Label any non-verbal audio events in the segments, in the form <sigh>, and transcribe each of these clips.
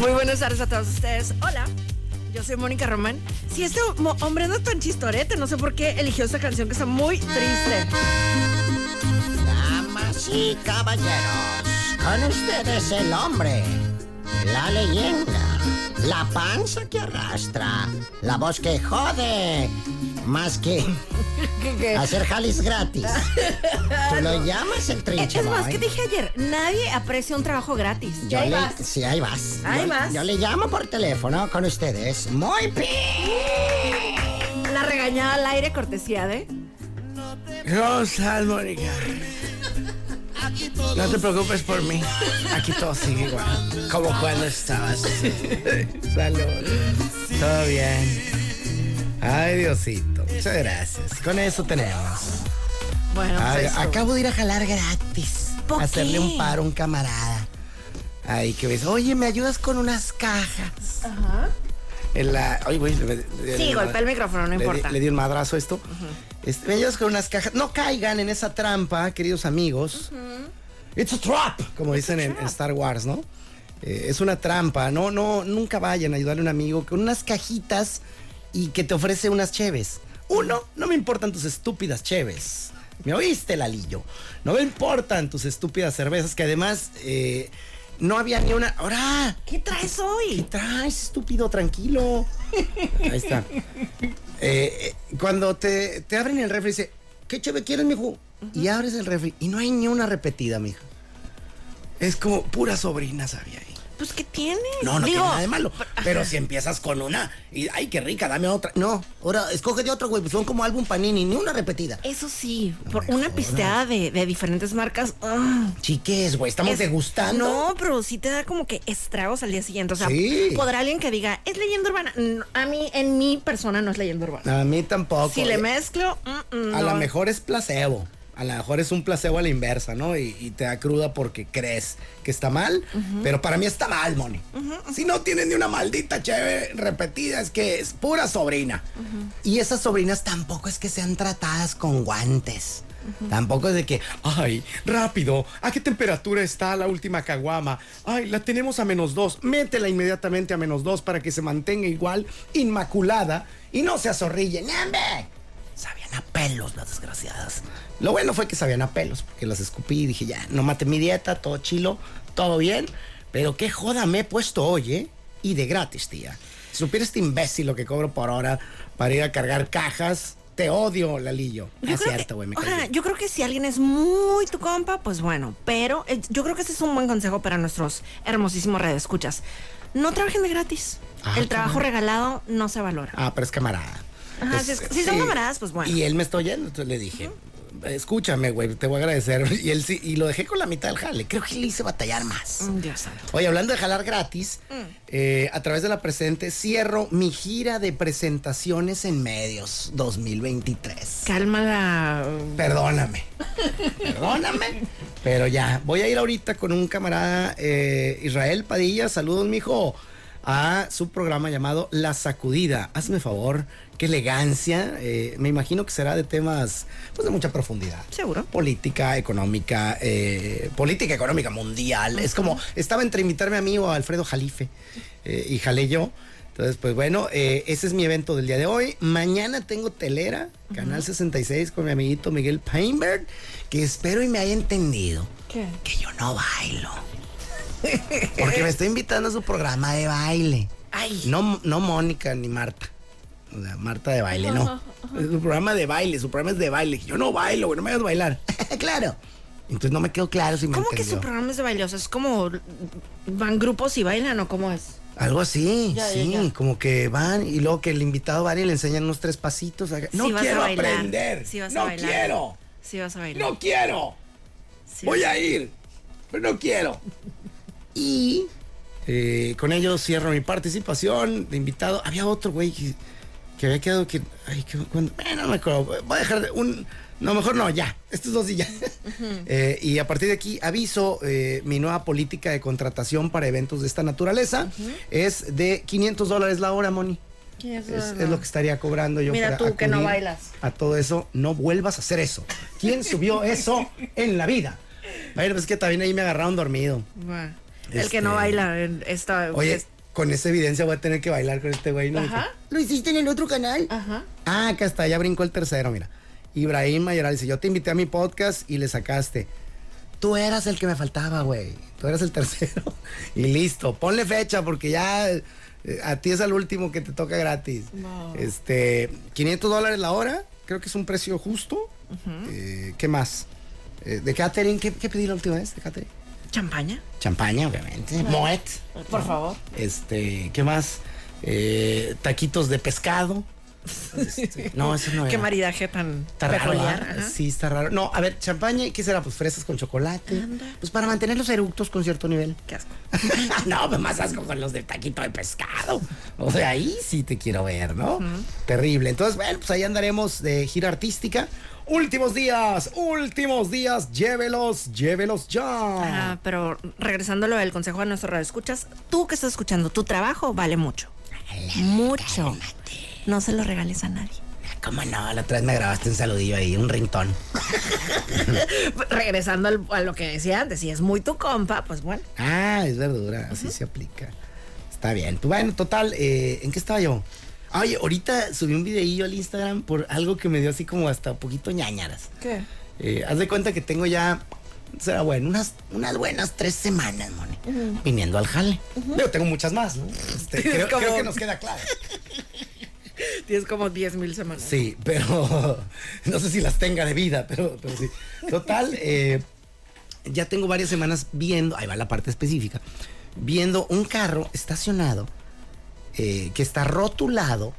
Muy buenas tardes a todos ustedes. Hola, yo soy Mónica Román. Si este mo- hombre anda tan chistorete, no sé por qué eligió esta canción que está muy triste. Damas y caballeros, con ustedes el hombre, la leyenda, la panza que arrastra, la voz que jode, <laughs> más que hacer jalis gratis. Tú lo llamas el Es trinche. es más, boy. que dije ayer, nadie aprecia un trabajo gratis. Yo ahí le, vas. Sí, ahí vas. Ahí yo, vas. Yo le llamo por teléfono con ustedes. Muy bien. La regañada al aire, cortesía de. ¿Cómo estás, Mónica? No te preocupes por mí. Aquí todo sigue igual. Como cuando estabas. Salud. Todo bien. Ay, Diosito. Muchas gracias. Con eso tenemos. Bueno, pues Ay, eso. Ah, acabo de ir a jalar gratis. ¿Por hacerle qué? un paro a un camarada. Ay, que ves. Oye, ¿me ayudas con unas cajas? Ajá. En la. Ay, güey. le- le- Sí, le- golpea el micrófono, no le, importa. di- le di un madrazo a esto. Este, ellos con unas cajas. No caigan en esa trampa, queridos amigos. It's a trap, como dicen en, en Star Wars, ¿no? Eh, es una trampa. No, no, nunca vayan a ayudarle a un amigo con unas cajitas y que te ofrece unas cheves. Uno, no me importan tus estúpidas cheves. ¿Me oíste, Lalillo? No me importan tus estúpidas cervezas, que además eh, no había ni una. ¡Ahora! ¿Qué traes ¿Qué hoy? traes, estúpido? Tranquilo. Ahí está. Eh, eh, cuando te, te abren el refri, dice, ¿qué chévere quieres, mijo? Y abres el refri y no hay ni una repetida, mijo. Es como pura sobrina sabía ahí. Pues, ¿qué tiene? No, no Digo, tiene nada de malo. Pero si empiezas con una y, ay, qué rica, dame otra. No, ahora escoge de otra, güey. Pues son como álbum panini, ni una repetida. Eso sí, por una pisteada de, de diferentes marcas. ah, Chiques, güey, estamos es- degustando. No, pero sí te da como que estragos al día siguiente. O sea, Sí. podrá alguien que diga, es leyenda urbana. No, a mí, en mi persona, no es leyenda urbana. A mí tampoco. Si le eh. mezclo, mm, mm, A lo no. mejor es placebo. A lo mejor es un placebo a la inversa, ¿no? Y, y te da cruda porque crees que está mal. Pero para mí está mal, Moni. Si no tienen ni una maldita chévere repetida, es que es pura sobrina. Y esas sobrinas tampoco es que sean tratadas con guantes. Tampoco es de que, ay, rápido, ¿a qué temperatura está la última caguama? Ay, la tenemos a menos dos, métela inmediatamente a menos dos para que se mantenga igual, inmaculada, y no se azorrille, ¡Nambe! Sabían a pelos las desgraciadas. Lo bueno fue que sabían a pelos, porque las escupí y dije, ya, no maté mi dieta, todo chilo, todo bien. Pero qué joda me he puesto hoy, ¿eh? Y de gratis, tía. Si supiera este imbécil lo que cobro por hora para ir a cargar cajas, te odio, Lalillo. Yo es creo que- cierto, güey, me o sea, caí. yo creo que si alguien es muy tu compa, pues bueno. Pero eh, yo creo que ese es un buen consejo para nuestros hermosísimos redescuchas. No trabajen de gratis. Ah, El trabajo caray. regalado no se valora. Ah, pero es camarada. Ajá, si es- si son camaradas, pues bueno. Y él me está oyendo, entonces le dije, escúchame, güey, te voy a agradecer. <laughs> Y él sí, y lo dejé con la mitad del jale. Creo que le hice batallar más. Mm, Dios santo. Oye, hablando de jalar gratis, eh, a través de la presente cierro mi gira de presentaciones en medios 2023. Calma la. Perdóname, perdóname, pero ya, voy a ir ahorita con un camarada eh, Israel Padilla, saludos mijo, a su programa llamado La Sacudida. Hazme favor, qué elegancia, eh, me imagino que será de temas pues de mucha profundidad Seguro. política económica, eh, política económica mundial. Es como, estaba entre invitarme a mí o a Alfredo Jalife eh, y jalé yo. Entonces, pues bueno, eh, ese es mi evento del día de hoy. Mañana tengo Telera, Canal 66, con mi amiguito Miguel Painberg, que espero y me haya entendido ¿Qué? que yo no bailo. <laughs> Porque me está invitando a su programa de baile. Ay. No, no Mónica ni Marta. O sea, Marta de baile, no. Su programa de baile, su programa es de baile. Yo no bailo, güey, no me hagas bailar. <laughs> claro. Entonces no me quedó claro si me ¿Cómo que su entendió. programa es de baile? O sea, es como. Van grupos y bailan o cómo es. Algo así, Ya, ya, sí, ya. como que van y luego que el invitado va y le enseñan unos tres pasitos. acá. No Sí vas a quiero bailar. aprender. Sí vas a no bailar. quiero. Sí, vas a bailar. No quiero. Sí. <laughs> Voy a ir, pero no quiero. Y Eh, con ello cierro mi participación de invitado. Había otro güey que, que había quedado que. Ay, que cuando- eh, no me acuerdo. Voy a dejar un. No, mejor no, ya. Estos dos y ya. <laughs> Eh, y a partir de aquí aviso eh, mi nueva política de contratación para eventos de esta naturaleza. Es de 500 dólares la hora, Moni. Es, es lo que estaría cobrando yo. Mira para tú, que no acudir bailas. A todo eso, no vuelvas a hacer eso. <laughs> ¿Quién subió eso en la vida? Bueno, pues que también ahí me agarraron dormido. Bueno, El Este- que no baila en esta. Oye, es- con esa evidencia voy a tener que bailar con este güey. ¿no? Ajá. ¿Lo hiciste en el otro canal? Ajá. Ah, acá está, ya brincó el tercero, mira. Ibrahim Mayoral dice, yo te invité a mi podcast y le sacaste. Tú eras el que me faltaba, güey. Tú eras el <laughs> tercero. Y listo, ponle fecha porque ya eh, a ti es el último que te toca gratis. Este, 500 dólares la hora, creo que es un precio justo. Eh, ¿Qué más? Eh, ¿De catering? ¿Qué, ¿Qué pedí la última vez de catering? ¿Champaña? Champaña, obviamente. Moet. Por favor. Este, ¿qué más? Eh, taquitos de pescado. <laughs> Este, no, eso no Qué era. maridaje tan Está raro, peculiar. ¿verdad? ajá. Sí, está raro. No, a ver, champaña, ¿y ¿qué será? Pues fresas con chocolate. Anda. Pues para mantener los eructos con cierto nivel. Qué asco. <laughs> no, pues más asco con los de taquito de pescado. O sea, ahí sí te quiero ver, ¿no? Terrible. Entonces, bueno, pues ahí andaremos de gira artística. Últimos días, últimos días, llévelos, llévelos ya. Ah, pero regresando a lo del consejo a nuestro radio escuchas, tú que estás escuchando, tu trabajo vale mucho. Mucho. No se lo regales a nadie. ¿Cómo no? La otra vez me grabaste un saludillo ahí, un ringtón. <laughs> Regresando al- a lo que decía antes, si es muy tu compa, pues bueno. Ah, es verdura, así se aplica. Está bien. Pues bueno, total, eh, ¿en qué estaba yo? Ah, Oye, ahorita subí un videillo al Instagram por algo que me dio así como hasta poquito ñañaras. ¿Qué? Eh, haz de cuenta que tengo ya, será bueno, unas, unas buenas tres semanas, Moni, viniendo al jale. Yo tengo muchas más, ¿no? Este, creo, creo que nos queda claro. Tienes como 10 mil semanas. Sí, pero <laughs> no sé si las tenga de vida, pero, pero sí. Total, eh, ya tengo varias semanas viendo, ahí va la parte específica, viendo un carro estacionado eh, que está rotulado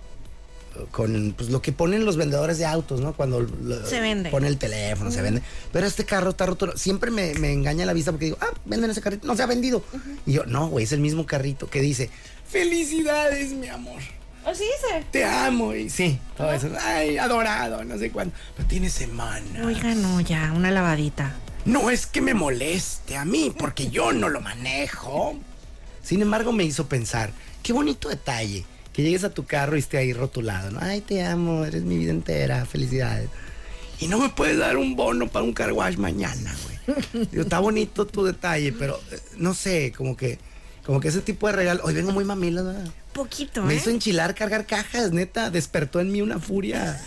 eh, con pues, lo que ponen los vendedores de autos, ¿no? Cuando lo- Se vende. pone el teléfono, se vende. Pero este carro está rotulado. Siempre me, me engaña la vista porque digo, ah, venden ese carrito, no se ha vendido. Y yo, no, güey, es el mismo carrito que dice, felicidades, mi amor Así dice. te amo y sí, todo eso. Ay, adorado, no sé cuándo. Pero tiene semana. Oiga, no, ya, una lavadita. No es que me moleste a mí, porque yo no lo manejo. Sin embargo, me hizo pensar, qué bonito detalle, que llegues a tu carro y esté ahí rotulado, ¿no? Ay, te amo, eres mi vida entera, felicidades. Y no me puedes dar un bono para un car wash mañana, güey. Digo, está bonito tu detalle, pero eh, no sé, como que, como que ese tipo de regalo. Hoy vengo muy mamila, ¿verdad? Poquito, Me ¿eh? hizo enchilar cargar cajas, neta, despertó en mí <laughs> una furia.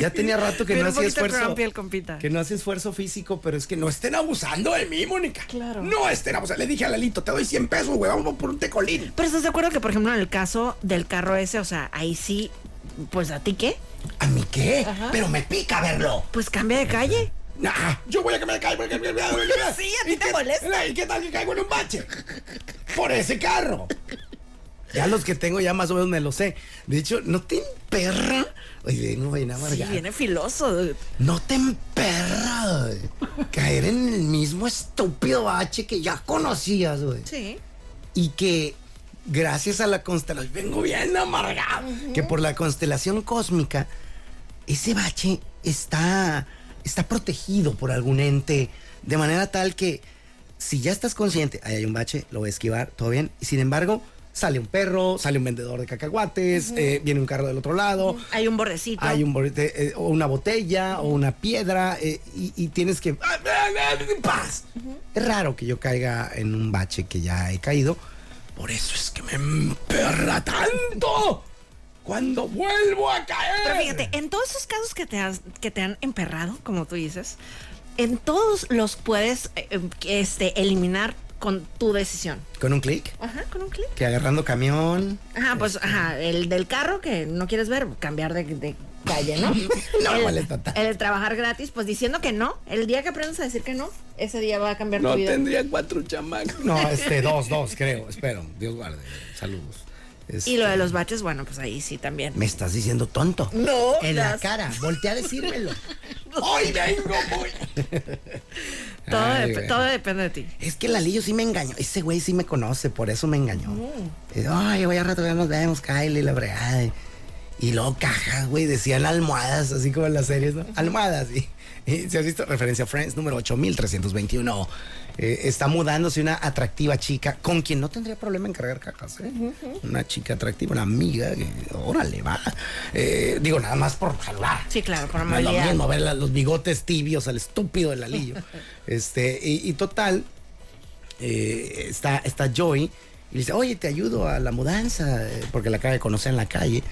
Ya tenía rato que Bien no hacía poquito esfuerzo. grumpy el compita. Que no hacía esfuerzo físico, pero es que no estén abusando de mí, Mónica. Claro. No estén abusando. Le dije a Lalito, te doy 100 pesos, güey, vamos por un tecolín. Pero estás de acuerdo que, por ejemplo, en el caso del carro ese, o sea, ahí sí, pues a ti qué? ¿A mí qué? Pero me pica verlo. Pues cambia de calle. Nah, yo voy a que me caiga. porque- <laughs> Sí, a ti ¿Y te qué- molesta. ¿Y qué tal que caigo en un bache? Por ese carro. Ya los que tengo ya más o menos me lo sé. De hecho, ¿no te perra? Oye, no vayan a Sí, amargar. viene filoso. No te emperra, güey. Caer en el mismo estúpido bache que ya conocías, güey. Sí. Y que gracias a la constelación, vengo bien amargado, que por la constelación cósmica, ese bache está, está protegido por algún ente, de manera tal que si ya estás consciente, ahí hay un bache, lo voy a esquivar, todo bien, y sin embargo... Sale un perro, sale un vendedor de cacahuates, eh, viene un carro del otro lado, Hay un bordecito. hay un bote- eh, o una botella o una piedra eh, y, y tienes que ¡Ah, paz. Es raro que yo caiga en un bache que ya he caído. Por eso es que me emperra tanto cuando vuelvo a caer. Pero fíjate, eh en todos esos casos que te, has- que te han emperrado, como tú dices, en todos los puedes eh, eh, este, eliminar con tu decisión. Con un clic, Ajá, con un clic. que agarrando camión. Ajá, pues, Este. ajá, el del carro que no quieres ver, cambiar de, de calle, ¿no? <laughs> No, el, ¿cuál es total? el trabajar gratis, pues diciendo que no. El día que aprendas a decir que no, ese día va a cambiar tu vida. cuatro chamacos. <laughs> No, este, dos, dos, creo. Espero. Dios guarde. Saludos. Este, Y lo de los baches, bueno, pues ahí sí también. Me estás diciendo tonto. No, En la las- <laughs> cara. Voltea a decírmelo. Hoy vengo, voy. Todo, Ay, dep- güey. todo depende de ti. Es que Lalillo sí me engañó. Ese güey sí me conoce, por eso me engañó. Mm. Y, Ay, güey, al rato ya nos vemos, Kylie, la fregada. Y- Y luego cajas, güey, decían almohadas, así como en las series, ¿no? Almohadas. Y, y si has visto referencia a Friends número 8321. Eh, está mudándose una atractiva chica con quien no tendría problema en cargar cajas. ¿eh? Una chica atractiva, una amiga. que, órale, va. Eh, digo, nada más por hablar. Sí, claro, por No es lo amabilidad. mismo ver la- los bigotes tibios al estúpido del alillo. este, y, y total, eh, está, está Joy y le dice, oye, te ayudo a la mudanza, eh, porque la acaba de conocer en la calle.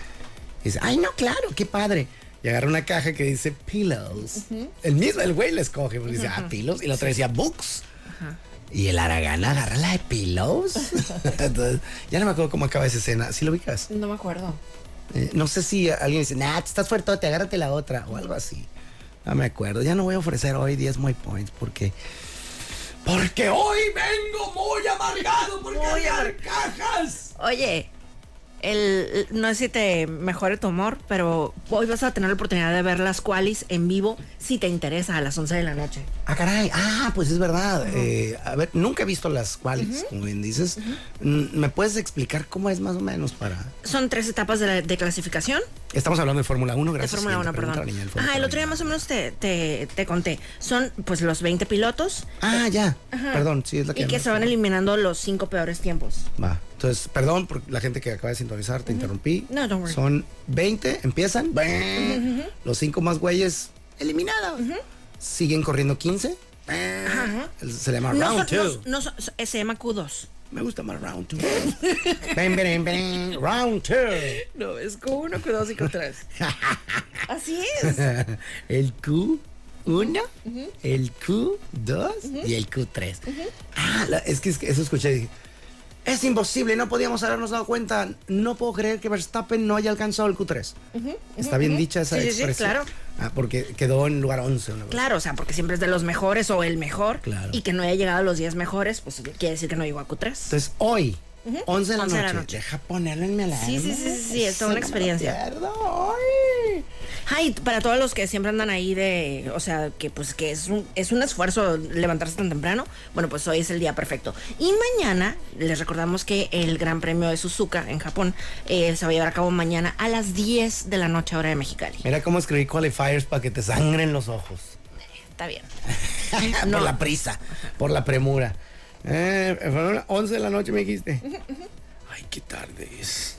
Y dice, ay, no, claro, qué padre. Y agarra una caja que dice pillows. El mismo, el güey la escoge, porque dice, ah, pillows. Y la otra decía books. Y el Aragán agarra la de pillows. <laughs> Entonces, ya no me acuerdo cómo acaba esa escena. ¿Sí lo ubicas? No me acuerdo. Eh, no sé si alguien dice, nah, tú estás fuertote, agárrate la otra o algo así. No me acuerdo. Ya no voy a ofrecer hoy 10 muy points porque. Porque hoy vengo muy amargado por cargar cajas. Oye, el, no sé si te mejore tu humor, pero hoy vas a tener la oportunidad de ver las cualis en vivo si te interesa a las 11 de la noche. Ah, caray. Ah, pues es verdad. Eh, a ver, nunca he visto las cuales, como bien dices. Mm, ¿Me puedes explicar cómo es más o menos para.? Son tres etapas de, la- de clasificación. Estamos hablando de Fórmula 1, De gracias. Fórmula Siguiente 1, perdón. pregunta, niña, del Ajá, el Fórmula otro día 1. más o menos te, te- te conté. Son pues los 20 pilotos Ah, ya. Perdón, sí, es la que. y que me- se van eliminando los cinco peores tiempos. Va. Entonces, perdón por la gente que acaba de sintonizar, te interrumpí. No, don't worry. Son 20, empiezan. ¡bang! Los cinco más güeyes eliminados. Siguen corriendo 15. ¡bang! Se le llama No round son- no- 2. no son- eh, se llama Q2. Me gusta más <laughs> round 2. Ben, ben, ben, ben, round 2. <laughs> No, es Q1, Q2 y Q3. <laughs> Así es. <laughs> el Q1, el Q2 y el Q3. Ah, la- es que es que eso escuché y dije, es imposible, no podíamos habernos dado cuenta. No puedo creer que Verstappen no haya alcanzado el Q3. Está bien dicha esa Sí, sí, sí, expresión. claro. Ah, porque quedó en lugar 11. una cosa. Claro, o sea, porque siempre es de los mejores o el mejor. Claro. Y que no haya llegado a los 10 mejores, pues quiere decir que no llegó a Q3. Entonces, hoy, 11 de la 11 de la noche. noche. Deja ponerlo en mi alarma. Sí, sí, sí, sí, sí, es toda una No me lo experiencia. pierdo hoy. Ay, para todos los que siempre andan ahí de, o sea, que pues que es un, es un esfuerzo levantarse tan temprano, bueno, pues hoy es el día perfecto. Y mañana, les recordamos que el Gran Premio de Suzuka en Japón eh, se va a llevar a cabo mañana a las 10 de la noche hora de Mexicali. Mira cómo escribí qualifiers para que te sangren los ojos. Está bien. <laughs> por la prisa, por la premura. Eh, fueron las 11 de la noche me dijiste. Ay, qué tarde es.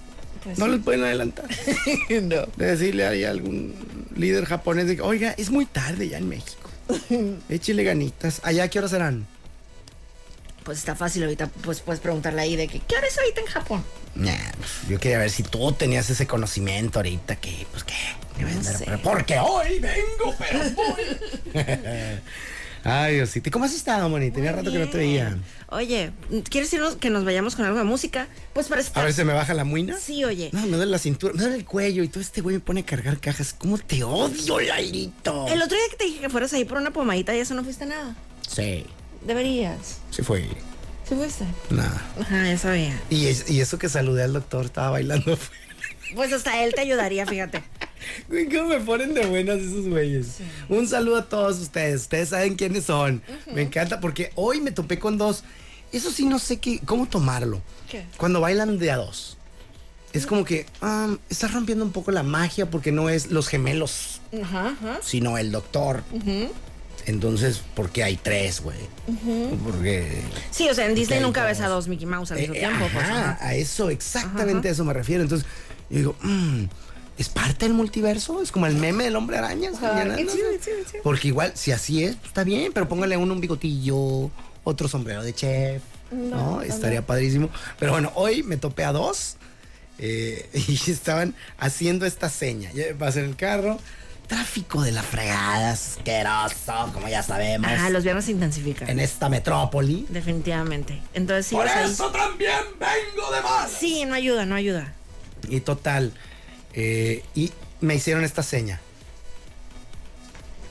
no les pueden adelantar. <laughs> no. De decirle ahí a algún líder japonés de que, oiga, es muy tarde ya en México. Échele ganitas. ¿Allá qué horas serán? Pues está fácil ahorita, pues puedes preguntarle ahí de que, ¿qué hora es ahorita en Japón? Nah, pues, yo quería ver si tú tenías ese conocimiento ahorita que, pues que, me voy a andar- pero porque hoy vengo, pero voy. <laughs> Ay, Diosito. ¿Y ¿Cómo has estado, Moni? Tenía rato que no te veía. Oye, ¿quieres irnos- que nos vayamos con algo de música? Pues para A estar... ver, ¿se me baja la muina? Sí, oye. No, me duele la cintura, me duele el cuello y todo este güey me pone a cargar cajas. ¿Cómo te odio, Lairito? El otro día que te dije que fueras ahí por una pomadita y eso no fuiste a nada. Sí, Deberías. sí fue. Sí fuiste. Nada. Ajá, Ah, ya sabía. Y, es- y eso que saludé al doctor, estaba bailando. <laughs> Pues hasta él te ayudaría, fíjate. Güey, ¿cómo me ponen de buenas esos güeyes? Un saludo a todos ustedes. Ustedes saben quiénes son. Me encanta porque hoy me topé con dos. Eso sí, no sé qué, cómo tomarlo. ¿Qué? Cuando bailan de a dos. Es como que ah, estás rompiendo un poco la magia porque no es los gemelos, Ajá, ajá. sino el doctor. Entonces, ¿por qué hay tres, güey? Porque. Sí, o sea, en Disney Ok, nunca ves a vamos. dos Mickey Mouse al mismo Eh, tiempo. pues, ajá, ajá. a eso, exactamente a eso me refiero. Entonces, yo digo, mm, ¿es parte del multiverso? Es como el meme del hombre araña. señora, qué ¿no? chido, chido, chido. Porque igual, si así es, pues, está bien, pero póngale a uno un bigotillo, otro sombrero de chef. No, estaría padrísimo. Pero bueno, hoy me topé a dos eh, <laughs> y estaban haciendo esta seña. Ya Pasé en el carro. Tráfico de la fregada, asqueroso, como ya sabemos. Ajá, los viernes se intensifican. En esta metrópoli. Definitivamente. Entonces sí, Por vas ahí. eso también vengo de más. Sí, no ayuda, no ayuda. Y total. eh, y me hicieron esta seña.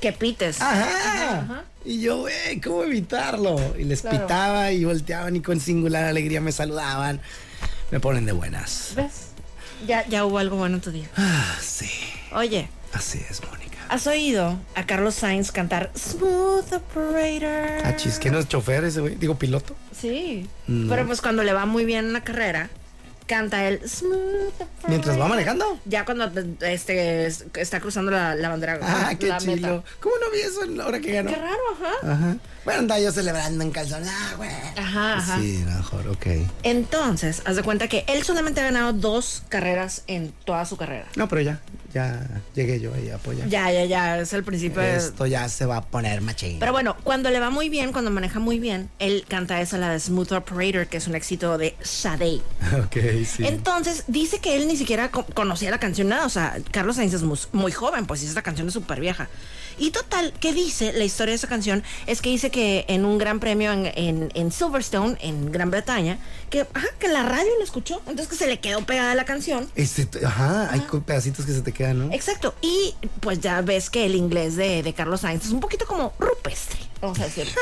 Que pites. Ajá. Y yo, güey, ¿cómo evitarlo? Y les pitaba y volteaban y con singular alegría me saludaban. Me ponen de buenas. ¿Ves? Ya, ya hubo algo bueno en tu día. Ah, sí. Oye, Así es, Mónica. ¿Has oído a Carlos Sainz cantar Smooth Operator? Ah, chis, que no es chofer ese, güey. Digo, piloto. Sí. Pero pues cuando le va muy bien en la carrera, canta el Smooth Operator. Mientras va manejando. Ya cuando este, es- está cruzando la, la bandera. Ah, qué la meta. chilo. ¿Cómo no vi eso en la hora que ganó? Qué raro, ajá. Ajá. Bueno, andaba yo celebrando en calzón. Ah, güey. Ajá, ajá. Sí, mejor, ok. Entonces, haz de cuenta que él solamente ha ganado dos carreras en toda su carrera. No, pero ya, ya llegué yo ahí a apoyar. Ya, ya, ya, es el principio de- Esto ya se va a poner machín. Pero bueno, cuando le va muy bien, cuando maneja muy bien, él canta esa, la de Smooth Operator, que es un éxito de Sade. <laughs> ok, sí. Entonces, dice que él ni siquiera co- conocía la canción, nada. O sea, Carlos Sainz es mus- muy, joven, pues y esta canción es súper vieja. Y total, ¿qué dice la historia de esa canción? Es que dice que en un gran premio en, en- en Silverstone, en Gran Bretaña, que, ajá, que la radio lo escuchó, entonces que se le quedó pegada la canción. Este, ajá, Ah. hay co- pedacitos que se te quedan, ¿no? Exacto, y pues ya ves que el inglés de, de Carlos Sainz es un poquito como rupestre, vamos a <laughs> decirlo.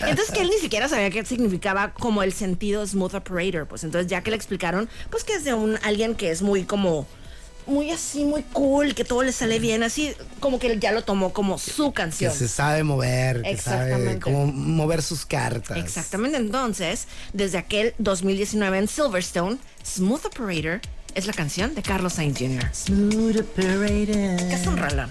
Entonces que él ni siquiera sabía qué significaba como el sentido smooth operator, pues entonces ya que le explicaron, pues que es de un alguien que es muy como muy así, muy cool, que todo le sale bien, así como que él ya lo tomó como su Que canción. se sabe mover, que sabe Exactamente. cómo mover sus cartas. Exactamente, entonces, desde aquel 2019 en Silverstone, Smooth Operator es la canción de Carlos Sainz Jr. Smooth operator. Que es un rolón.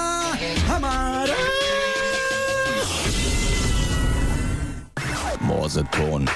amarás. Morseton.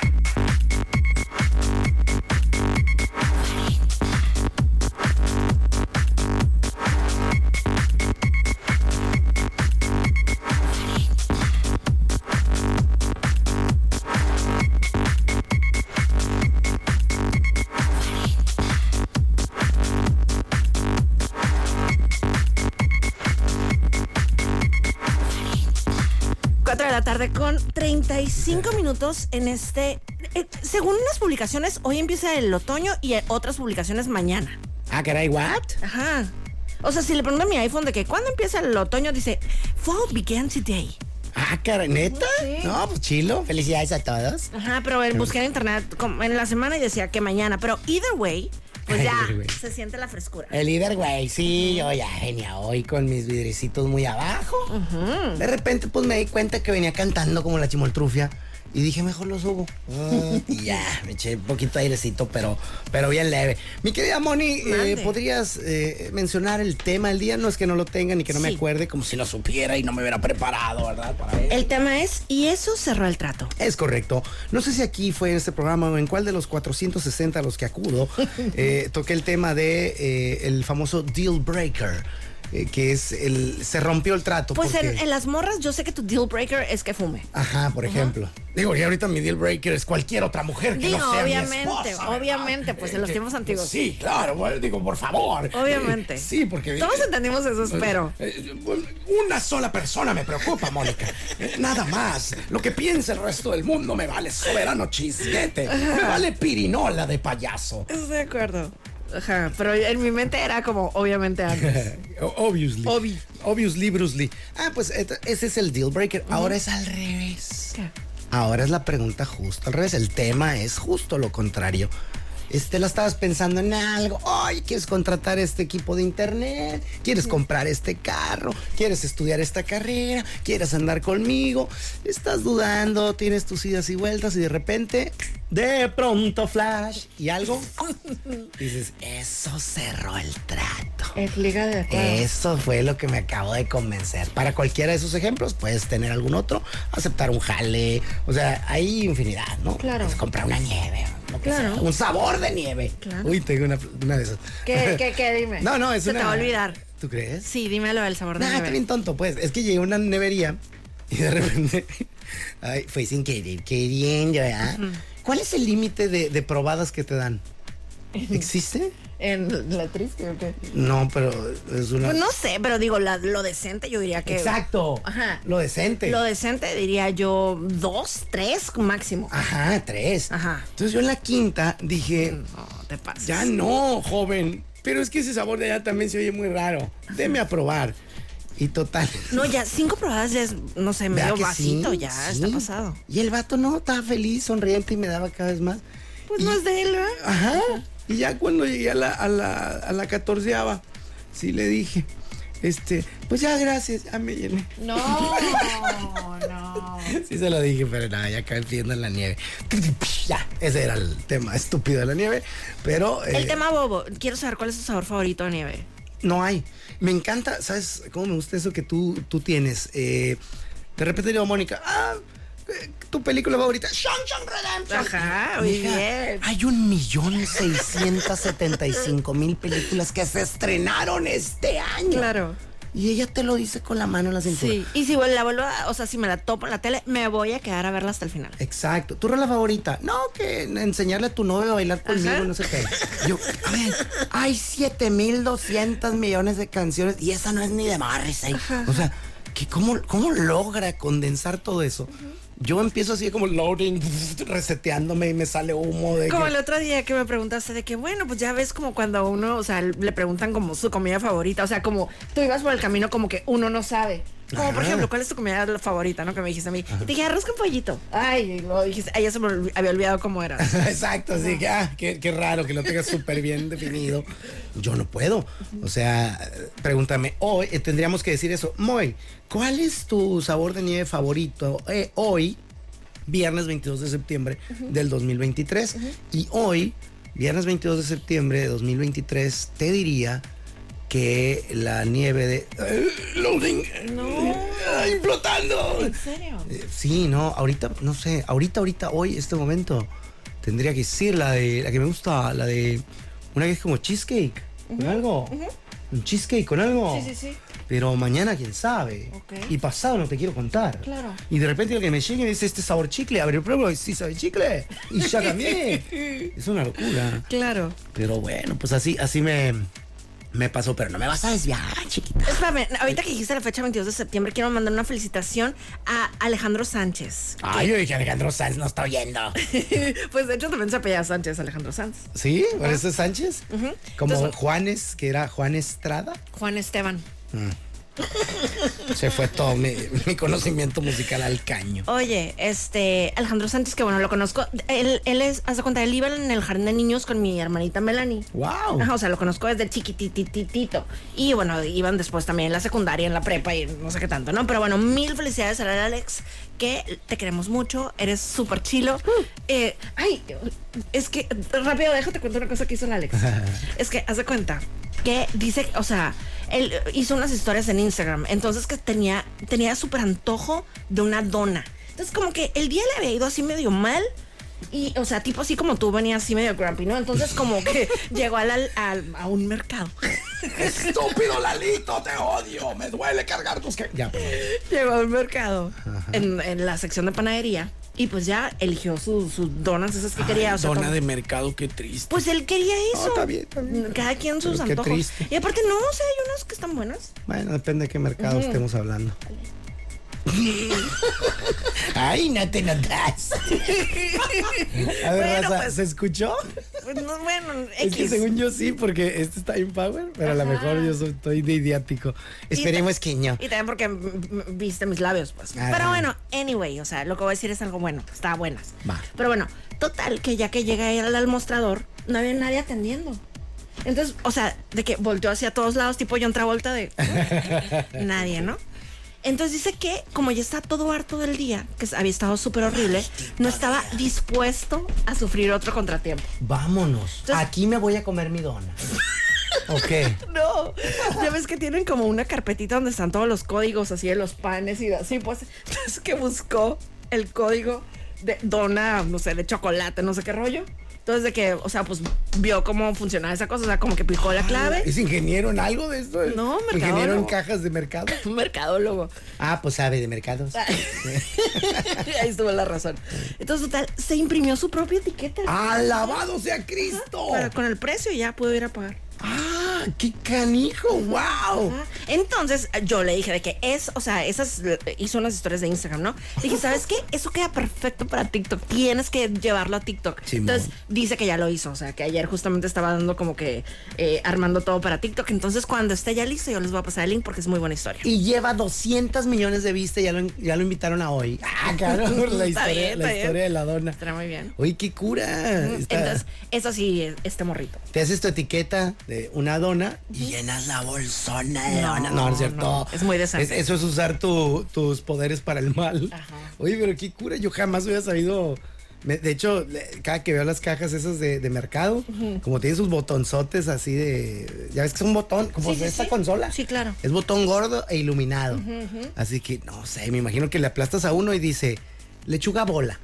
Cuatro de la tarde con 35 minutos en este... eh, según unas publicaciones, hoy empieza el otoño y eh, otras publicaciones mañana. Ah, caray, what? Ajá. O sea, si le pregunto a mi iPhone de que cuándo empieza el otoño, dice, Fall began today. Ah, caray, ¿neta? No, pues chilo. Felicidades a todos. Ajá, pero eh, busqué en internet como en la semana y decía que mañana. Pero either way, pues ya Either way. se siente la frescura. El líder, güey, sí, yo ya venía hoy con mis vidricitos muy abajo. De repente, pues me di cuenta que venía cantando como la chimoltrufia. Y dije, mejor lo subo. <laughs> y ya, me eché un poquito de airecito, pero, pero bien leve. Mi querida Moni, eh, Mande. ¿podrías eh, mencionar el tema del día? No es que no lo tenga ni que no me Sí. acuerde, como si lo supiera y no me hubiera preparado, ¿verdad? Para él. El tema es, y eso cerró el trato. Es correcto. No sé si aquí fue en este programa o en cuál de los 460 a los <laughs> que acudo, eh, toqué el tema de eh, el famoso deal breaker, eh, que es el se rompió el trato. Pues en, porque- en las morras yo sé que tu deal breaker es que fume. Ajá, por ejemplo. Digo, y ahorita mi deal breaker es cualquier otra mujer que Digo, no sea mi obviamente, esposa, ¿verdad? obviamente, pues, en los que- tiempos que antiguos. Sí, claro, bueno, digo, por favor. Obviamente. Eh, sí, porque Todos entendimos eso, espero. Eh, Una sola persona me preocupa, Mónica. Eh, Nada más. Lo que piensa el resto del mundo me vale soberano chisguete. Me vale pirinola de payaso. Estoy de acuerdo. Ajá, pero en mi mente era como, obviamente <laughs> antes. Eh, Obviously. Obvi. Obviously, Bruce Lee. Ah, pues et- ese es el deal breaker. Ahora es al revés. ¿Qué? Ahora es la pregunta justo al revés. El tema es justo lo contrario. Este, la estabas pensando en algo. Ay, quieres contratar este equipo de internet. Quieres comprar este carro. Quieres estudiar esta carrera. Quieres andar conmigo. Estás dudando. Tienes tus idas y vueltas. Y de repente, de pronto, flash. Y algo. Dices, eso cerró el trato. Es liga de Eso fue lo que me acabo de convencer. Para cualquiera de esos ejemplos, puedes tener algún otro, aceptar un jale, o sea, hay infinidad, ¿no? Claro. Puedes comprar una nieve, lo que Claro. sea, un sabor de nieve. Claro. Uy, tengo una, una de esas. <laughs> ¿Qué- qué- qué? Dime. No, no, es Se te una. va a olvidar. ¿Tú crees? Sí, dímelo del sabor de Nah, está bebé. bien tonto, pues. Es que llegué a una nevería y de repente. <laughs> Ay, ¿eh? <laughs> fue sin querer, queriendo, ¿verdad? ¿Cuál es el límite de, de probadas que te dan? ¿Existe? En la actriz que. que- No, pero es una. Pues no sé, pero digo, la- lo decente yo diría que. Exacto. Ajá. Lo decente. Lo decente diría yo dos, tres máximo. Ajá, tres. Ajá. Mm. Entonces yo en la quinta dije, No, te pases. ya no, joven. Pero es que ese sabor de allá también se oye muy raro. Deme a probar. Y total. No, ya cinco probadas ya es, no sé, ¿verdad medio que vasito sí? ya, Sí. está pasado. Y el vato no, estaba feliz, sonriente y me daba cada vez más. Pues no es de él, ¿verdad? Ajá. Y ya cuando llegué a la, a la, a la catorceava, sí le dije, este, pues ya gracias, ya me llené. No, <laughs> no. Sí se lo dije, pero nada, ya cae pidiendo en la nieve. <laughs> Ya, ese era el tema estúpido de la nieve. Pero El eh, tema bobo, quiero saber cuál es tu sabor favorito de nieve. no hay. Me encanta, ¿sabes cómo me gusta eso que tú, tú tienes? Eh, de repente le digo a Mónica, ah, eh, tu película favorita, Shawshank Redemption. Ajá, muy Mija, bien. Hay un millón seiscientos setenta y cinco mil películas que se estrenaron este año. Claro. Y ella te lo dice con la mano en la cintura. Sí, y si la vuelvo a, o sea, si me la topo en la tele, me voy a quedar a verla hasta el final. Exacto. ¿Tu rola favorita? No, que enseñarle a tu novio a bailar conmigo, Ajá. no sé qué. Yo, a ver, hay 7200 millones de canciones y esa no es ni de Morrissey. O sea, que cómo, ¿cómo logra condensar todo eso? Yo empiezo así como loading, reseteándome y me sale humo de. Como que- el otro día que me preguntaste de que, bueno, pues ya ves como cuando a uno, o sea, le preguntan como su comida favorita, o sea, como tú ibas por el camino como que uno no sabe. Como por Ajá. ejemplo, ¿cuál es tu comida favorita, no? Que me dijiste a mí. Y te dije, arroz con pollito. Ay, y luego dijiste, ay, ya se me olvi- había olvidado cómo <laughs> era. <laughs> Exacto, así que, ah, qué, qué raro que lo tengas súper bien definido. Yo no puedo. O sea, eh, pregúntame, hoy eh, tendríamos que decir eso. Moy, ¿cuál es tu sabor de nieve favorito eh, hoy, viernes 22 de septiembre del 2023? Y hoy, viernes 22 de septiembre de 2023, te diría que la nieve de... ¡Ay, ¡Loading! ¡Ay, ¡Implotando! serio? Eh, Sí, no, ahorita, no sé, ahorita, ahorita, hoy, este momento, tendría que decir la de, la que me gusta, la de, una que es como cheesecake, con algo, un cheesecake con algo. Sí, sí, sí. Pero mañana, quién sabe. Ok. Y pasado no te quiero contar. Claro. Y de repente el que me llegue me dice, este sabor chicle, abre el pruebo, y sí sabe chicle. Y ya <laughs> también. es una locura. Claro. Pero bueno, pues así, así me, me pasó, pero no me vas a desviar, chiquita. Espérame, ahorita que dijiste la fecha 22 de septiembre, quiero mandar una felicitación a Alejandro Sánchez. Ay, yo dije, Alejandro Sanz no está oyendo. <laughs> pues de hecho también se apellida Sánchez, Alejandro Sánchez. ¿Sí? ¿Por eso es Sánchez? Como Entonces- Juanes, que era Juan Estrada. Juan Esteban. Se fue todo mi, mi conocimiento musical al caño. Oye, este, Alejandro Sánchez, que bueno, lo conozco. Él, él es, haz de cuenta, él iba en el jardín de niños con mi hermanita Melanie. ¡Wow! Ajá, o sea, lo conozco desde chiquitititito. Y bueno, iban después también en la secundaria, en la prepa y no sé qué tanto, ¿no? Pero bueno, mil felicidades al Alex, que te queremos mucho, eres súper chilo. Eh, ay, es que, rápido, déjate cuento una cosa que hizo el Alex. es que, haz de cuenta, que dice, o sea, él eh, hizo unas historias en Instagram, entonces que tenía, tenía súper antojo de una dona. Entonces como que el día le había ido así medio mal. Y, o sea, tipo así como tú venías así medio grumpy, ¿no? Entonces como que llegó al, al- al- a un mercado. <laughs> ¡Estúpido Lalito! ¡Te odio! ¡Me duele cargar tus que. Ya, pues. llegó a un mercado en, en la sección de panadería. Y pues ya eligió su- sus donas, esas que quería. o sea, Zona como- de mercado, qué triste. Pues él quería eso. está bien, está bien. Cada quien sus Pero qué antojos. triste. Y aparte, no, o sea, hay unas que están <laughs> buenas. Bueno, depende de qué mercado estemos <laughs> hablando. ¡Ay, no te notas! A ver, Bueno, Raza, pues. ¿se escuchó? Pues, no, bueno, Es que X. según yo sí, porque este está en power, pero a lo mejor yo soy, estoy de idiático. Esperemos que no. Y también porque mm, mm, viste mis labios, pues. Ajá. Pero bueno, anyway, o sea, lo que voy a decir es algo bueno. Está buenas. Va. Pero bueno, total, que ya que llega él al mostrador, no había nadie atendiendo. Entonces, o sea, de que volteó hacia todos lados, tipo John Travolta de... ¿no? nadie, ¿no? Entonces dice que como ya está todo harto del día, que había estado súper horrible, no estaba dispuesto a sufrir otro contratiempo. Vámonos. Entonces- Aquí me voy a comer mi dona. <laughs> ok. No, ya ves que tienen como una carpetita donde están todos los códigos así de los panes y así, pues es que buscó el código de dona, no sé, de chocolate, no sé qué rollo. Entonces, de que, o sea, pues vio cómo funcionaba esa cosa, o sea, como que picó la clave. ¿Es ingeniero en algo de esto? No, mercadólogo. ¿Ingeniero en cajas de mercado? <laughs> Mercadólogo. Ah, pues sabe de mercados. <laughs> Ahí estuvo la razón. Entonces, total, se imprimió su propia etiqueta. Ah, ¡Alabado sea Cristo! Para- con el precio ya pudo ir a pagar. ¡Ah, qué canijo! ¡Wow! Ah, Entonces yo le dije de que es, o sea, esas eh, hizo unas historias de Instagram, ¿no? Le dije, ¿sabes qué? Eso queda perfecto para TikTok. Tienes que llevarlo a TikTok. Simón. Entonces dice que ya lo hizo, o sea, que ayer justamente estaba dando como que eh, armando todo para TikTok. Entonces cuando esté ya listo, yo les voy a pasar el link porque es muy buena historia. Y lleva 200 millones de vistas, ya lo, ya lo invitaron <laughs> a hoy. Ah, cabrón, la historia, Está bien, la está historia bien. de la dona. Estará muy bien. Oye, qué cura. Está- Entonces, eso sí, este morrito. te haces tu etiqueta de una dona y llenas la bolsona de No, dona. No, no es cierto. no, es muy decente. eso es usar tu- tus poderes para el mal. Ajá. Oye, pero qué cura. Yo jamás hubiera sabido. me- de hecho, le- cada que veo las cajas esas de, de mercado, como tienen sus botonzotes así de. Ya ves que es un botón, como Sí, sí, esta sí. consola. Sí, claro. Es botón gordo e iluminado. Así que, no sé, me imagino que le aplastas a uno y dice lechuga bola.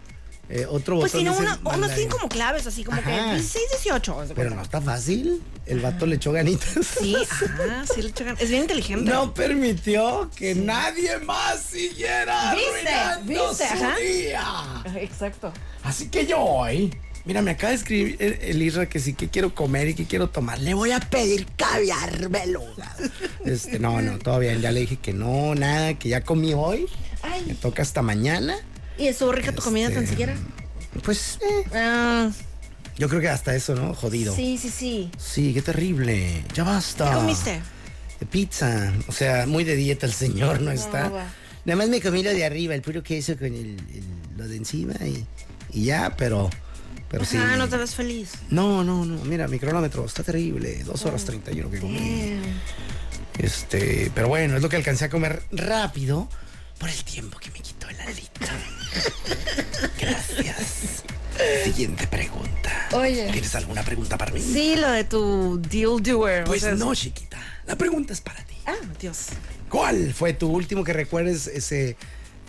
Eh, otro Pues botón. tiene dice una, unos mandarina. tienen como claves, así como Ajá. que 16, 18. haz de Pero no cuenta. está fácil. El vato le echó ganitas. <laughs> Sí, ajá, sí le echa ganas. Es bien inteligente. No permitió que nadie más siguiera ¿Viste? arruinando ¿Viste? su Ajá. día. Exacto. Así que yo hoy, mira, me acaba de escribir el, el Isra que sí que quiero comer y que quiero tomar. Le voy a pedir caviar <laughs> beluga. Este, no, no, todo bien. Ya le dije que no, nada, que ya comí hoy. Ay. Me toca hasta mañana. ¿Y estuvo rica tu comida tan Este, siquiera? Pues, eh, Ah, yo creo que hasta eso, ¿no? Jodido. sí, sí, sí. Sí, qué terrible. Ya basta. ¿Qué comiste? De pizza. O sea, muy de dieta el señor, ¿no está? va. Nada más me comí lo de arriba, el puro queso con el, el- lo de encima y, y ya, pero, pero sí. Ah, no te ves feliz. No, no, no. Mira, mi cronómetro está terrible. Dos Oh, horas treinta yo lo que comí. Este, pero bueno, es lo que alcancé a comer rápido por el tiempo que me quitó el <laughs> alita. Gracias. Siguiente pregunta. Oye. ¿Tienes alguna pregunta para mí? Sí, lo de tu deal doer. o Pues sea, es- no, chiquita. La pregunta es para ti. Ah, Dios. ¿Cuál fue tu último que recuerdes ese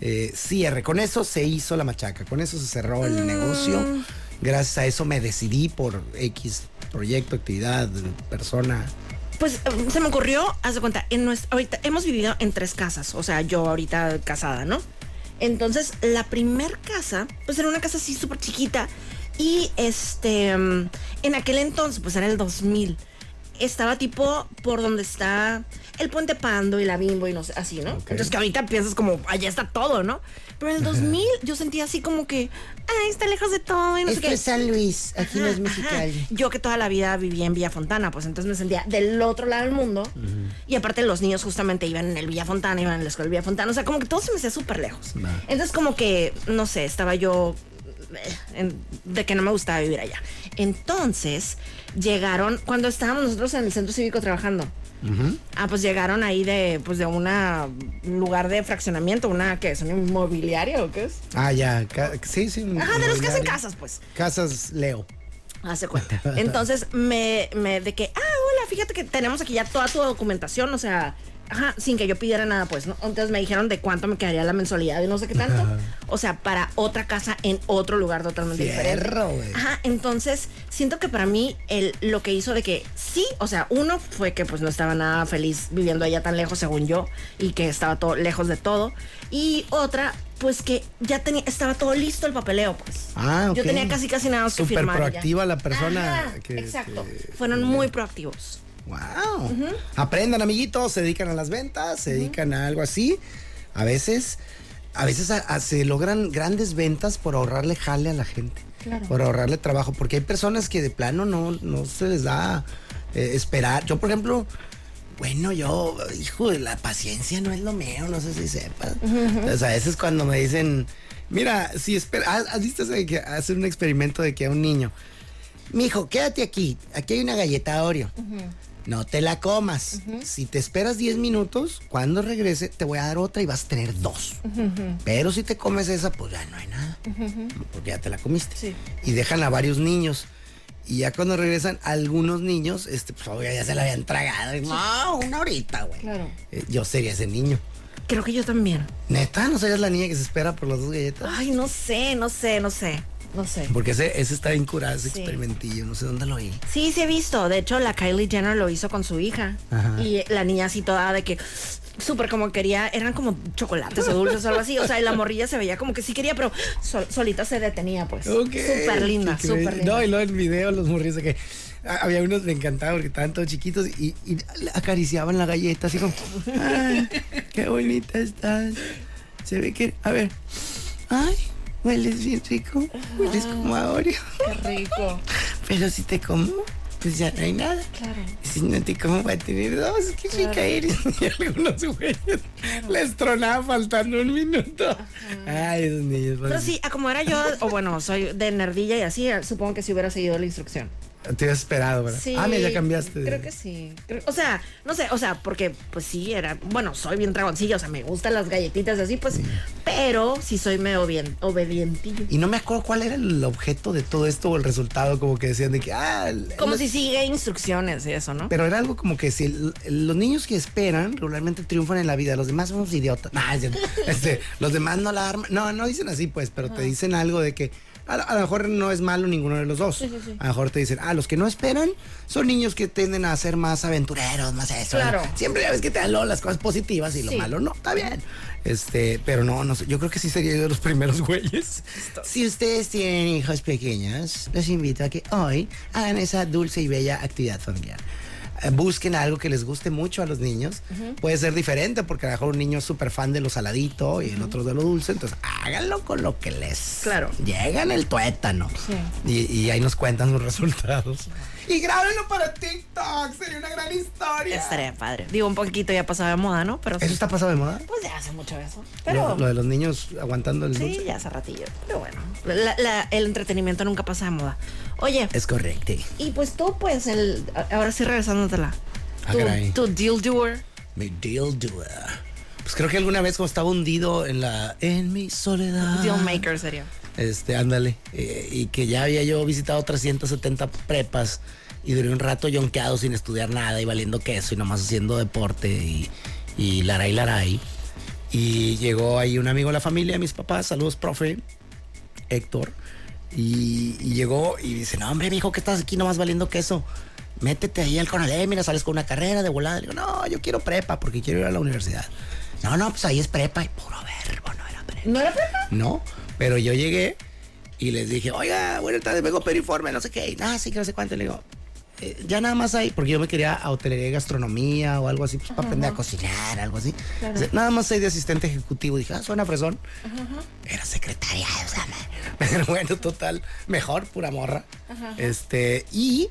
eh, cierre? Con eso se hizo la machaca, con eso se cerró Ah. el negocio. Gracias a eso me decidí por X proyecto, actividad, persona. Pues eh, se me ocurrió, haz de cuenta, en nuestra, ahorita hemos vivido en tres casas, o sea, yo ahorita casada, ¿no? Entonces, la primer casa, pues era una casa así súper chiquita y este, mm, en aquel entonces, pues era el 2000, estaba tipo por donde está el puente Pando y la Bimbo y no sé, así, ¿no? Entonces que ahorita piensas como, allá está todo, ¿no? Pero en el 2000 yo sentía así como que, ay, está lejos de todo y no sé qué. San Luis, aquí Ajá, ajá. Yo que toda la vida vivía en Villa Fontana, pues entonces me sentía del otro lado del mundo. Y aparte los niños justamente iban en el Villa Fontana, iban en la escuela de Villa Fontana. O sea, como que todo se me hacía súper lejos. Va. Entonces como que, no sé, estaba yo eh, en- de que no me gustaba vivir allá. Entonces llegaron, cuando estábamos nosotros en el centro cívico trabajando, ah, pues llegaron ahí de, pues de una lugar de fraccionamiento, una que es un inmobiliario o qué es. Ah, ya. ca- sí, sí. un Ajá, de los que hacen inmobiliario. casas, pues. Casas Leo. Hace <laughs> cuenta. Entonces me, me de que, ah, hola, fíjate que tenemos aquí ya toda tu documentación, o sea, ajá, sin que yo pidiera nada, pues, ¿no? Entonces me dijeron de cuánto me quedaría la mensualidad y no sé qué tanto. O sea, para otra casa en otro lugar totalmente Fierro, diferente. güey. Ajá, entonces siento que para mí el, lo que hizo de que sí, o sea, uno fue que pues no estaba nada feliz viviendo allá tan lejos según yo y que estaba todo lejos de todo. Y otra, pues que ya tenía, estaba todo listo el papeleo, pues. Ah, ok. Yo tenía casi casi nada más que Súper firmar. y ya. proactiva la persona Ajá, que- este, exacto. que- Fueron muy proactivos. Wow. Aprendan, amiguitos, se dedican a las ventas, se dedican a algo así. A veces, a veces a- a- se logran grandes ventas por ahorrarle jale a la gente. Por ahorrarle trabajo. Porque hay personas que de plano no, no se les da eh, esperar. Yo, por ejemplo, bueno, yo, hijo, la paciencia no es lo mío, no sé si sepas. Entonces, a veces cuando me dicen, mira, si espera, ¿has, has visto ese que hacen un experimento de que a un niño, mijo, quédate aquí, aquí hay una galleta Oreo. No te la comas. Si te esperas 10 minutos, cuando regrese te voy a dar otra y vas a tener dos. Pero si te comes esa, pues ya no hay nada. Porque ya te la comiste. Y dejan a varios niños. Y ya cuando regresan, algunos niños, este, pues obvio, ya se la habían tragado. Y, No, una horita, güey. Claro. Eh, yo sería ese niño. Creo que yo también. Ah. Neta, ¿no serías la niña que se espera por las dos galletas? Ay, no sé, no sé, no sé. No sé. Porque ese, ese está bien curado, ese Sí. experimentillo. No sé dónde lo vi. Sí, sí he visto. De hecho, la Kylie Jenner lo hizo con su hija. Ajá. Y la niña así toda de que súper como quería, eran como chocolates o dulces o algo así. O sea, y la morrilla se veía como que sí quería, pero sol- solita se detenía, pues. Súper linda, Qué crazy. súper linda. No, y luego el video, los morrillos de que ah, había unos me encantaba porque estaban todos chiquitos y, y acariciaban la galleta así como, ay, qué bonita estás. Se ve que, a ver, ay, hueles bien rico, hueles como a Oreo. Qué rico. Pero si te como, pues ya no hay nada. Claro. Y Si no te como, voy a tener dos. Qué rica eres. <laughs> Y algunos güeyes les tronaba faltando un minuto. Ay, esos niños. pues, Pero pobres. sí, a como era yo, o bueno, soy de nerdilla y así, supongo que si hubiera seguido la instrucción. Te habías esperado, ¿verdad? Sí. ah, mira, ya cambiaste. de- Creo que sí. Creo- o sea, no sé, o sea, porque pues sí, era, bueno, soy bien dragoncilla, o sea, me gustan las galletitas así, pues, pero sí soy medio bien, obedientillo. Y no me acuerdo cuál era el objeto de todo esto o el resultado, como que decían de que, ah, el- Como el- si sigue instrucciones y eso, ¿no? Pero era algo como que si el- los niños que esperan regularmente triunfan en la vida, los demás son unos idiotas. Nah, <laughs> es cierto. este, los demás no la arman. No, no dicen así, pues, pero te dicen algo de que a, lo- a lo mejor no es malo ninguno de los dos. A lo mejor te dicen, ah, los que no esperan son niños que tienden a ser más aventureros, más eso. Claro. Siempre ya ves que te dan luego las cosas positivas y lo Sí. malo no, está bien. Este, pero no, no sé, yo creo que sí sería yo de los primeros güeyes. Si ustedes tienen hijos pequeños, los invito a que hoy hagan esa dulce y bella actividad familiar. Eh, Busquen algo que les guste mucho a los niños. Puede ser diferente porque a lo mejor un niño es súper fan de lo saladito y el otro de lo dulce. Entonces háganlo con lo que les Claro. llega en el tuétano. Y, y ahí nos cuentan los resultados. Y grábenlo para TikTok. Sería una gran historia. Estaría padre. Digo, un poquito ya pasaba de moda, ¿no? Pero sí, ¿Eso está pasado de moda? pues ya hace mucho eso. Pero lo, lo de los niños aguantando el sí, dulce. ya hace ratillo. Pero bueno, la- la- el entretenimiento nunca pasa de moda. Oye, Es correcto. y pues tú, pues, el, a- ahora sí regresándotela. Ah, Tu- caray. tu deal doer. Mi deal doer. Pues creo que alguna vez cuando estaba hundido en la. En mi soledad. Deal maker sería. Este, ándale. eh, y que ya había yo visitado 370 prepas y duré un rato yonqueado sin estudiar nada y valiendo queso y nomás haciendo deporte y, y laray laray. Y llegó ahí un amigo de la familia, mis papás, saludos, profe, Héctor. Y, y llegó y dice, no, hombre, mijo, que estás aquí nomás valiendo queso. Métete ahí al Conalé, mira, sales con una carrera de volada. Le digo, no, yo quiero prepa porque quiero ir a la universidad. No, no, pues ahí es prepa. Y puro verbo, no era prepa. ¿No era prepa? No, pero yo llegué y les dije, oiga, buenas tardes, vengo a pedir informe, no sé qué, y nada, sí que no sé cuánto. Y le digo, "Eh, ya nada más ahí, porque yo me quería a hotelería y gastronomía o algo así, pues, para aprender a cocinar, algo así. O sea, nada más ahí de asistente ejecutivo. Dije, ah, suena fresón. Era secretaria, o sea, me- <laughs> pero bueno, total, mejor, pura morra. Este, y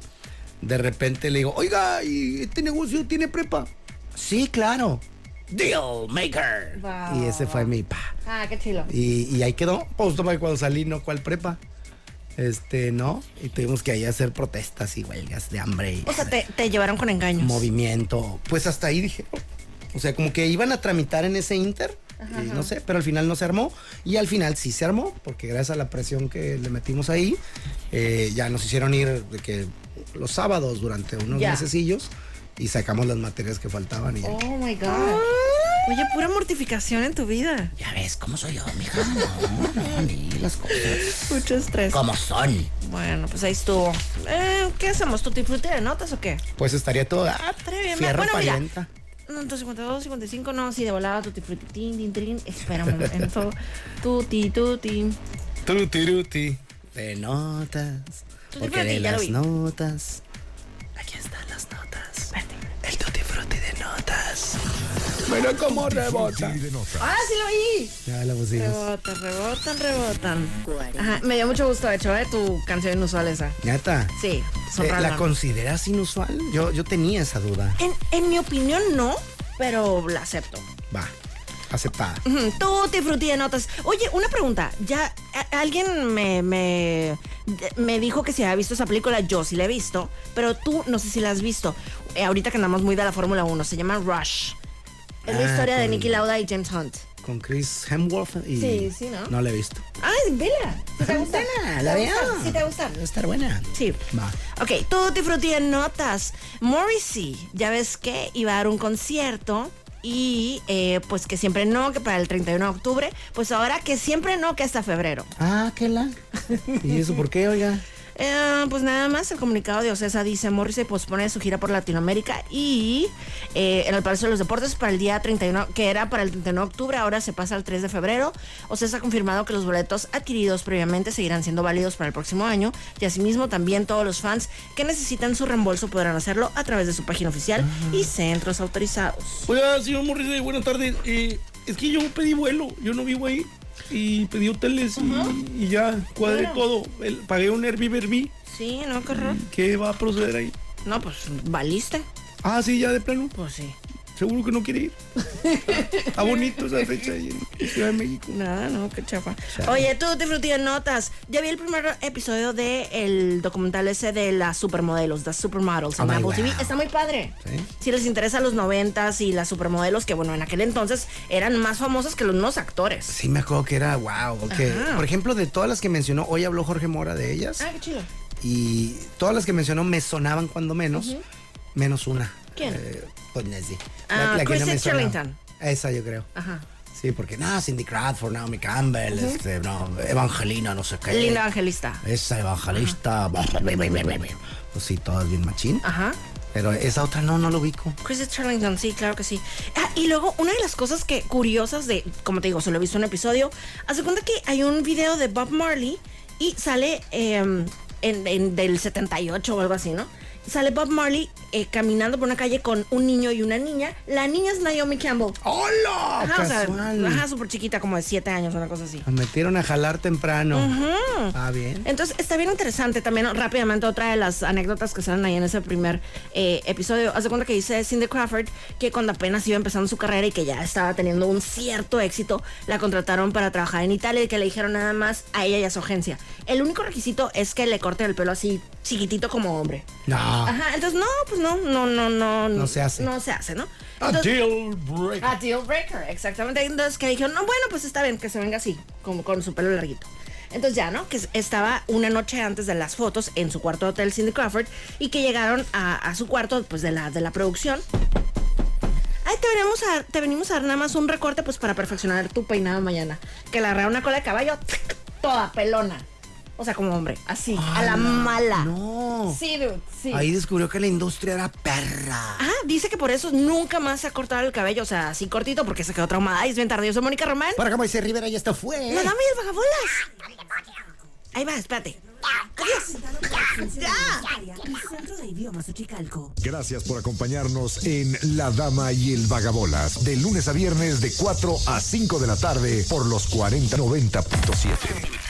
de repente le digo, oiga, ¿y este negocio tiene prepa? Sí, claro. Deal maker. Wow. Y ese fue mi pa. Ah, qué chilo. Y, y ahí quedó. Pues toma, cuando salí, no cual prepa. Este, no. Y tuvimos que ahí hacer protestas y huelgas de hambre y O sea, te, te llevaron con engaños. movimiento. Pues hasta ahí dije. O sea, como que iban a tramitar en ese Inter. y no sé, pero al final no se armó. Y al final sí se armó, porque gracias a la presión que le metimos ahí, eh, ya nos hicieron ir de que los sábados durante unos Ya. mesecillos y sacamos las materias que faltaban. Y ya. Oh my God. Oye, pura mortificación en tu vida. Ya ves, ¿cómo soy yo, mija? No, no, ni las cosas. Mucho estrés. Como son. Bueno, pues ahí estuvo. Eh, ¿Qué hacemos? ¿Tú te de notas o qué? Pues estaría todo. Ah, Estaría bien. Fierro Bueno, mira. parienta. No, 52, 55, no, sí, de volada, tutti frutti, tin, tin, tin. Espera un <laughs> momento. tutti, tutti. Trutiruti. De notas. Tutti Porque frutti, de ya lo las vi. notas. Aquí están las notas. El tutti frutti de notas. Pero como rebota. Y de nota. ¡Ah, sí lo vi! Ya la pusimos. Rebotan, rebotan, rebotan. Ajá, me dio mucho gusto, de hecho, ¿eh? tu canción inusual esa. Nata. Sí, son eh, ¿La random. consideras inusual? Yo, yo tenía esa duda. En, en mi opinión, no, pero la acepto. Va. Aceptada. Ujú, Tutti frutti de notas. Oye, una pregunta. Ya a- alguien me, me, de- me dijo que si había visto esa película. Yo sí la he visto, pero tú no sé si la has visto. Eh, ahorita que andamos muy de la Fórmula 1, se llama Rush. Es la Ah, historia de con- Nicky Lauda y James Hunt. Con Chris Hemsworth y. Sí, sí, ¿no? No la he visto. Ay, vela. Si te gusta. <laughs> Vela, la ¿Te gusta? veo. Sí, te gusta. Debe estar buena. Sí. Va. Ok, tutti frutti en notas. Morrissey, ya ves que iba a dar un concierto Y eh, pues que siempre no, que para el 31 de octubre. Pues ahora que siempre no, que hasta febrero. Ah, qué la. ¿Y eso por qué, oiga? Eh, pues nada más, el comunicado de Ocesa dice, Morrissey pospone su gira por Latinoamérica y eh, en el Palacio de los Deportes para el día 31, que era para el 31 de octubre, ahora se pasa al 3 de febrero. Ocesa ha confirmado que los boletos adquiridos previamente seguirán siendo válidos para el próximo año y asimismo también todos los fans que necesitan su reembolso podrán hacerlo a través de su página oficial y centros autorizados. Oiga, señor Morrissey, buenas tardes. Eh, es que yo pedí vuelo, yo no vivo ahí. Y pedí hoteles y- y, ya cuadré Claro. todo. El- pagué un Airbnb. Sí, ¿no, qué horror? ¿Qué va a proceder ahí? No, pues valiste. Ah, sí, ya de plano. Pues sí. Seguro que no quiere ir. Está bonito esa fecha ahí en Ciudad de México. Nada, no, qué chapa. Oye, tú te frutí en notas. Ya vi el primer episodio del documental ese de las supermodelos, las supermodels en Oh, my Apple wow. TV. Está muy padre. Si les interesa los noventas y las supermodelos, que bueno, en aquel entonces eran más famosas que los unos actores. Sí, me acuerdo que era wow. Que, Ajá. por ejemplo, de todas las que mencionó, hoy habló Jorge Mora de ellas. Ah, qué chido. Y todas las que mencionó me sonaban cuando menos, menos una. ¿Quién? Eh, pues Nancy. Ah, Kristen sonaba. Shirlington. Esa yo creo. Ajá. Sí, porque no, Cindy Crawford, Naomi Campbell, este, no, Evangelina, no sé qué. Linda Evangelista. Esa evangelista. Pues sí, todas bien machín. Ajá. Pero esa otra no, no lo ubico. Chris Charlington, sí, claro que sí. Ah, y luego, una de las cosas que curiosas de, como te digo, solo he visto un episodio, hace cuenta que hay un video de Bob Marley y sale em, en, en- del 78 o algo así, ¿no? Sale Bob Marley eh, caminando por una calle con un niño y una niña. La niña es Naomi Campbell. ¡Hola! Ajá, o sea, Casual. ajá, súper chiquita, como de 7 años, una cosa así. Nos metieron a jalar temprano. Ah, bien. Entonces está bien interesante también ¿no? rápidamente otra de las anécdotas que salen ahí en ese primer eh, episodio. Hace cuenta que dice Cindy Crawford que cuando apenas iba empezando su carrera y que ya estaba teniendo un cierto éxito, la contrataron para trabajar en Italia y que le dijeron nada más a ella y a su agencia. El único requisito es que le corten el pelo así chiquitito como hombre. No. Ajá, entonces no, pues no, no, no, no. Ah. No se hace. No se hace, ¿no? A Entonces- deal breaker. a Ah, deal breaker, exactamente. Entonces que dijeron, no, bueno, pues está bien que se venga así, como con su pelo larguito. Entonces ya, ¿no? Que s- estaba una noche antes de las fotos en su cuarto de hotel Cindy Crawford y que llegaron a, a su cuarto, pues de la, de la producción. Ay, te venimos, a, te venimos a dar nada más un recorte, pues para perfeccionar tu peinado mañana. Que la agarraron una cola de caballo, toda pelona. O sea, como hombre, así, a la mala. No. Sí, dude, sí. Ahí descubrió que la industria era perra. Ah, dice que por eso nunca más se ha cortado el cabello, o sea, así cortito, porque se quedó traumada. Y es bien tarde. Yo soy Mónica Román. Para acá Moisés Rivera y esto fue. La dama y el vagabolas. Ahí va, espérate. Adiós. Presentado por Extensión Universitaria y Centro de Idiomas Uchicalco. Gracias por acompañarnos en La Dama y el Vagabolas, de lunes a viernes de 4 a 5 de la tarde por los 4090.7.